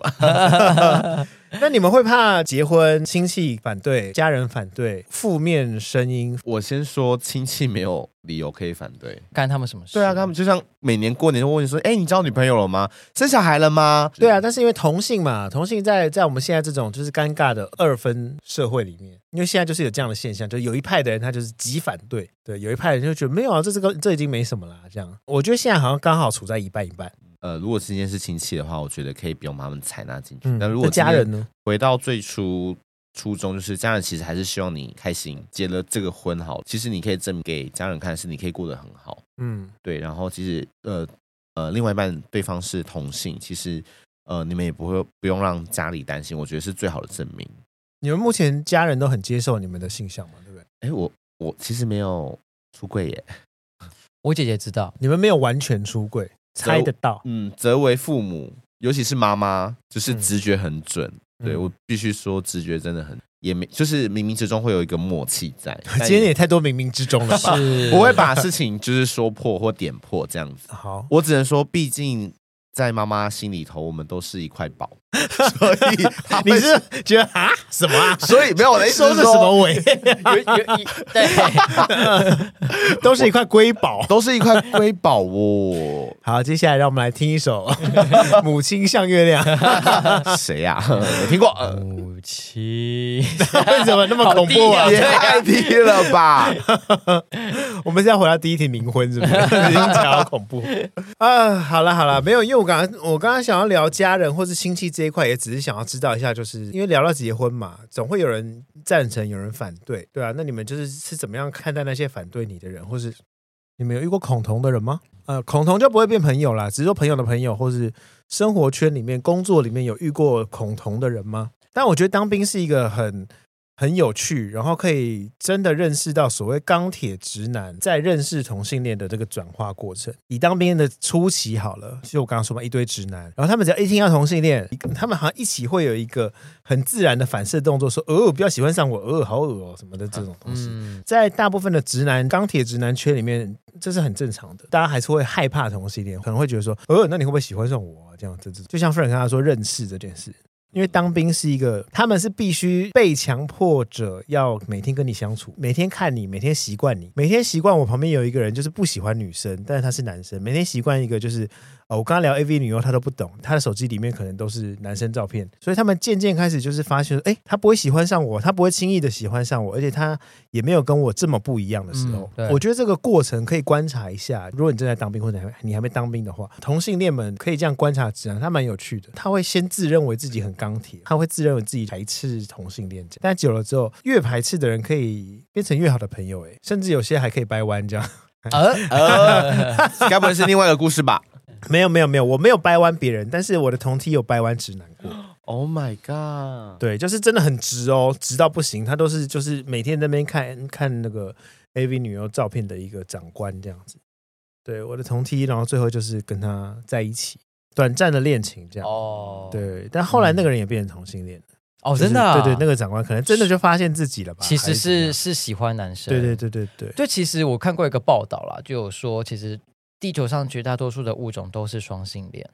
那你们会怕结婚亲戚反对、家人反对、负面声音？我先说亲戚没有理由可以反对。干他们什么事？对啊，他们就像每年过年就问你说，哎，你交女朋友了吗？生小孩了吗？对啊，但是因为同性嘛，同性在在我们现在这种就是尴尬的二分社会里面，因为现在就是有这样的现象，就有一派的人他就是极反对，对，有一派人就觉得没有啊，这这个这已经没什么啦，这样。我觉得现在好像刚好处在一半一半。呃，如果今天是亲戚的话，我觉得可以不用把他们采纳进去。嗯，但如果那家今天人呢？回到最初初衷，就是家人其实还是希望你开心，结了这个婚好，其实你可以证明给家人看是你可以过得很好，嗯，对。然后其实呃呃，另外一半对方是同性，其实呃你们也不会不用让家里担心，我觉得是最好的证明。你们目前家人都很接受你们的性向嘛，对不对？哎，我我其实没有出柜耶，我姐姐知 道，你们没有完全出柜，猜得到。嗯，则为父母，尤其是妈妈，就是嗯直觉很准。对嗯我必须说，直觉真的很也没，就是冥冥之中会有一个默契在。但嗯 今天也太多冥冥之中了吧？是不会把事情就是说破或点破这样子。 好，我只能说，毕竟在妈妈心里头，我们都是一块宝， 所以 她你们是觉得啊什么啊？所以没有 我的意思说是的说什么尾？有有对， 都是一块瑰宝。。都是一块瑰宝哦好，接下来让我们来听一 首《母亲像月亮》。谁啊 呀、没听过，呃母亲，为什么那么恐怖啊好低？也太低 了吧？我们是要回到第一题冥婚 是不是？已经讲到恐怖啊！好了好了，没有，因为我刚刚我刚刚想要聊家人或是亲戚这一块，也只是想要知道一下，就是因为聊到结婚嘛，总会有人赞成，有人反对，对啊。那你们就是是怎么样看待那些反对你的人，或是你们有遇过恐同的人吗？呃，恐同就不会变朋友啦，只是说朋友的朋友，或是生活圈里面、工作里面有遇过恐同的人吗？但我觉得当兵是一个很很有趣，然后可以真的认识到所谓钢铁直男在认识同性恋的这个转化过程。以当兵的初期好了，就我刚刚说嘛，一堆直男，然后他们只要一听到同性恋，他们好像一起会有一个很自然的反射动作，说：“哦，不要喜欢上我，哦，好恶哦什么的这种东西。嗯，在大部分的直男钢铁直男圈里面，这是很正常的，大家还是会害怕同性恋，可能会觉得说，呃，那你会不会喜欢上我、啊？这样子，这就像夫人刚才说认识这件事。因为当兵是一个，他们是必须被强迫者要每天跟你相处，每天看你，每天习惯你，每天习惯我旁边有一个人就是不喜欢女生，但是他是男生，每天习惯一个就是哦，我刚刚聊 AV 女优，他都不懂，他的手机里面可能都是男生照片，所以他们渐渐开始就是发现，哎，他不会喜欢上我，他不会轻易的喜欢上我，而且他也没有跟我这么不一样的时候。嗯对我觉得这个过程可以观察一下，如果你正在当兵或者你还你还没当兵的话，同性恋们可以这样观察直男，他蛮有趣的。他会先自认为自己很钢铁，他会自认为自己排斥同性恋，但久了之后，越排斥的人可以变成越好的朋友，哎，甚至有些还可以掰弯这样。 呃呃，该不会是另外一个故事吧没有没有没有，我没有掰弯别人，但是我的同梯有掰弯直男 过。 ？Oh my god！对，就是真的很直哦，直到不行。他都是就是每天在那边看看那个 AV 女优照片的一个长官这样子。对，我的同梯，然后最后就是跟他在一起，短暂的恋情这样。哦，，对，但后来那个人也变成同性恋了，哦，就是真的啊，对对，那个长官可能真的就发现自己了吧？其还实怎么是样是喜欢男生，对对对对对，就其实我看过一个报道啦，就有说，其实地球上绝大多数的物种都是双性恋，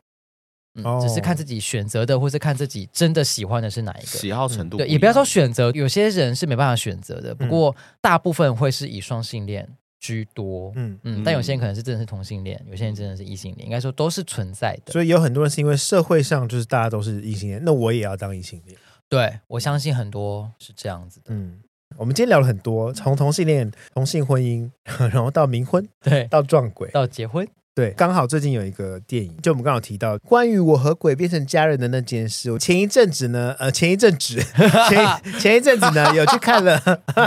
嗯，哦只是看自己选择的，或是看自己真的喜欢的是哪一个。喜好程嗯度对，一也不要样说选择，有些人是没办法选择的。不过大部分会是以双性恋居多，嗯，嗯，但有些人可能是真的是同性恋，有些人真的是异性恋，应该说都是存在的。所以有很多人是因为社会上就是大家都是异性恋，那我也要当异性恋。对我相信很多是这样子的。嗯，我们今天聊了很多，从同性恋、同性婚姻， 然后到冥婚，对，到撞鬼，到结婚，对，刚好最近有一个电影，就我们刚好提到关于我和鬼变成家人的那件事。我前一阵子呢，呃，前一阵子， 前前一阵子呢，有去看了，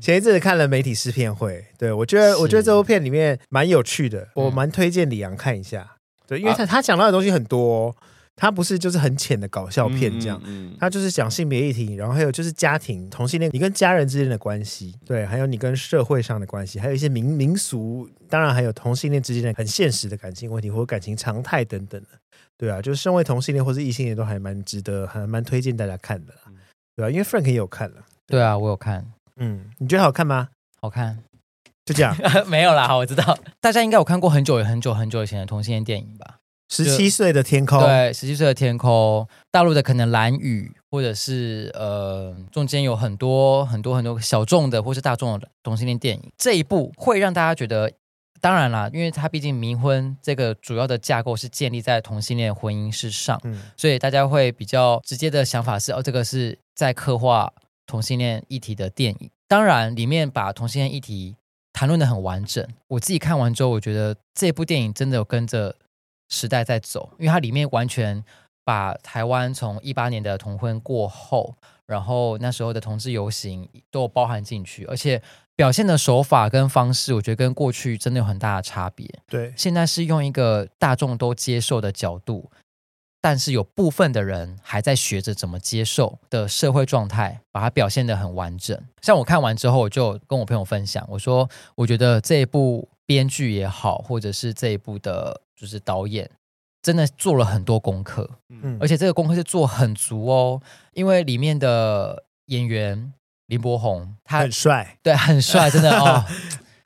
前一阵子看了媒体试片会。对我觉得，是嗯我觉得这部片里面蛮有趣的，我蛮推荐李阳看一下。对，因为啊他、他讲到的东西很多、哦，他不是就是很浅的搞笑片这样。嗯嗯嗯他就是讲性别议题，然后还有就是家庭、同性恋，你跟家人之间的关系，对，还有你跟社会上的关系，还有一些民民俗，当然还有同性恋之间的很现实的感情问题或者感情常态等等的，对啊，就是身为同性恋或是异性恋都还蛮值得，还蛮推荐大家看的啦，嗯对啊，因为 Frank 也有看了，对啊，我有看，嗯，你觉得好看吗？好看， 就这样，没有啦，好我知道，大家应该有看过很久很久很久以前的同性恋电影吧？十七岁的天空，对，十七岁的天空，大陆的可能蓝雨，或者是呃，中间有很多很多很多小众的或是大众的同性恋电影，这一部会让大家觉得。当然啦，因为它毕竟冥婚这个主要的架构是建立在同性恋婚姻之上，嗯，所以大家会比较直接的想法是，哦，这个是在刻画同性恋议题的电影。当然，里面把同性恋议题谈论的很完整。我自己看完之后，我觉得这部电影真的有跟着时代在走，因为它里面完全把台湾从一八年的同婚过后，然后那时候的同志游行都有包含进去，而且表现的手法跟方式，我觉得跟过去真的有很大的差别。对，现在是用一个大众都接受的角度，但是有部分的人还在学着怎么接受的社会状态，把它表现得很完整。像我看完之后，我就跟我朋友分享，我说我觉得这一部编剧也好，或者是这一部的就是导演，真的做了很多功课，嗯而且这个功课是做很足哦，因为里面的演员林柏宏他很帅，对，很帅，真的 哦，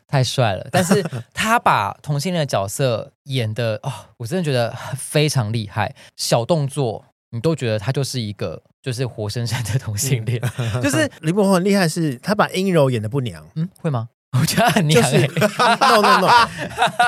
太帅了。但是他把同性恋的角色演的哦，我真的觉得非常厉害，小动作你都觉得他就是一个就是活生生的同性恋，嗯就是林柏宏很厉害是，他把阴柔演的不娘。嗯，会吗？ 我觉得他很厉就害、是 no no no，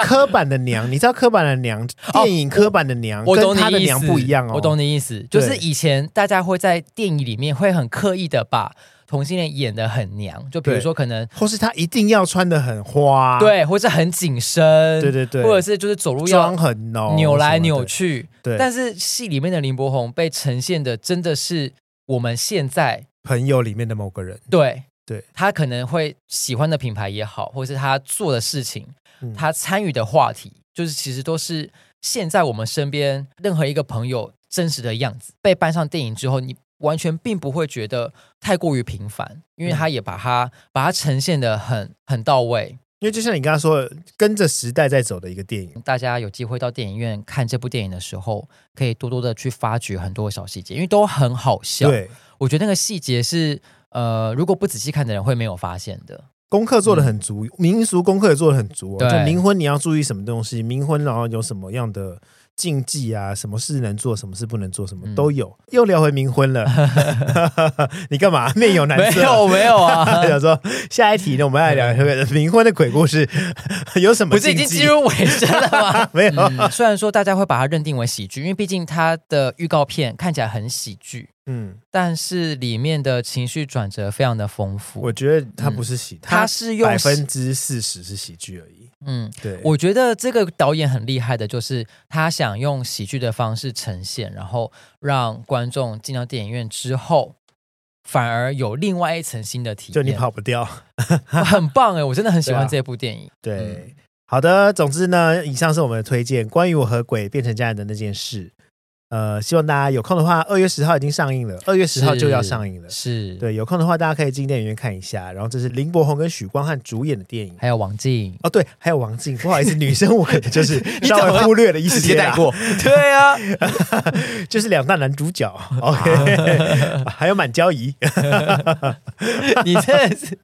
刻板的娘，你知道刻板的娘，哦电影刻板的娘我懂跟你他的意娘思不一样哦。我懂你意思，就是以前大家会在电影里面会很刻意的把同性恋演的很娘，就比如对说可能或是他一定要穿的很花，对，或是很紧身，对对对，或者是就是走路要妆很浓，扭哦什来么的扭。去。对，但是戏里面的林柏宏被呈现的真的是我们现在朋友里面的某个人，对对他可能会喜欢的品牌也好，或是他做的事情，嗯他参与的话题，就是其实都是现在我们身边任何一个朋友真实的样子。被搬上电影之后，你完全并不会觉得太过于平凡，嗯因为他也把它、把它呈现的很很到位。因为就像你刚刚说的，跟着时代在走的一个电影，大家有机会到电影院看这部电影的时候，可以多多的去发掘很多小细节，因为都很好笑。对，我觉得那个细节是呃，如果不仔细看的人会没有发现的。功课做的很足，民俗功课也做的很足、哦。嗯对就冥婚你要注意什么东西，冥婚然后有什么样的禁忌啊，什么事能做，什么事不能做，什么嗯都有。又聊回冥 婚了，你干嘛面有难没色？有 没有 啊，想说下一题呢，我们来聊这个 冥婚的鬼故事 有什么不是禁已忌？？经进入尾声了吗 没有？嗯，虽然说大家会把它认定为喜剧，因为毕竟它的预告片看起来很喜剧，嗯，但是里面的情绪转折非常的丰富我。觉得他不是喜，嗯它他是用百分之四十是喜剧而已。嗯，对，我觉得这个导演很厉害的，就是他想用喜剧的方式呈现，然后让观众进到电影院之后，反而有另外一层新的体验。就你跑不掉。 很棒哎，我真的很喜 对欢啊这部电影。嗯对，好的，总之呢，以上是我们的推荐，关于我和鬼变成家人的那件事。呃，希望大家有空的话，二月十号已经上映了，二月十号就要上映了。是，对，有空的话大家可以进电影院看一下。然后这是林柏宏跟许光汉主演的电影。还有 王静， 哦，对，还有王静，不好意思，女生我可能就是你怎稍么微忽略了一些啦，对啊，就是两大男主 角。OK，还有满娇仪，你真的是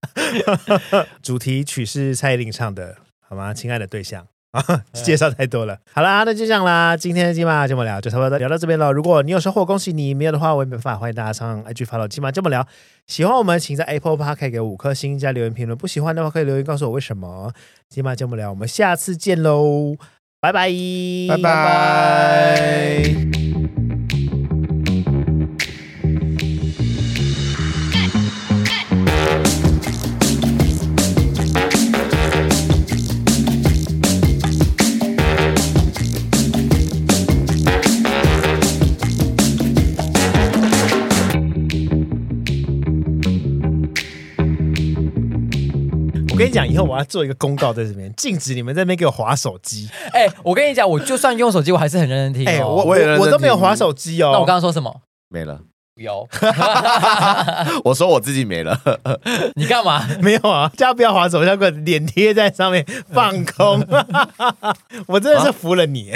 主题曲是蔡依林唱的，好吗？亲爱的对象。 啊 嗯介绍太多了。好啦，那就这样啦，今天的金马这么聊就差不多聊到这边了。如果你有收获，恭喜你；没有的话，我也没办法。欢迎大家上 IG follow 金马这么聊。喜欢我们，请在 Apple Park 给我五颗星加留言评论。不喜欢的话，可以留言告诉我为什么。金马这么聊，我们下次见喽，拜拜，拜拜。我跟你讲，以后我要做一个公告在这边，禁止你们在那边给我划手 机。哎、我跟你讲，我就算用手机，我还是很认真听、哦。哎、我我也认我我真都没有听划手机那哦。我刚刚说什么？没了，有，我说我自己没了。 你干嘛？ 没有啊，大家不要划手机，要给我脸贴在上面放 空。我真的是服了你。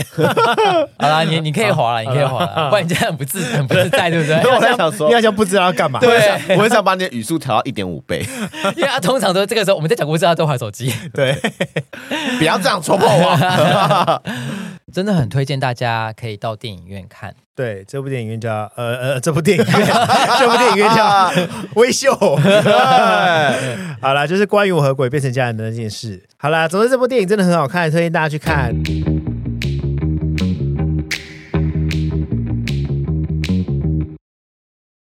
好啦，你你可以滑了，你可以滑了，不然你这样很不自很不自 在，对不那 我对？在想 说你好像不知道要干嘛。对，我很想把你的语速调到一点五 倍，因为他通常都这个时候我们在讲故事，他都滑手机。对，不要这样戳破我。 真的很推荐大家可以到电影院看。 对，这部电影院叫呃呃，这部电影院， 这部电影院叫 微秀。 好啦，就是关于我和鬼变成家人的那件事。好啦，总之这部电影真的很好看，推荐大家去看。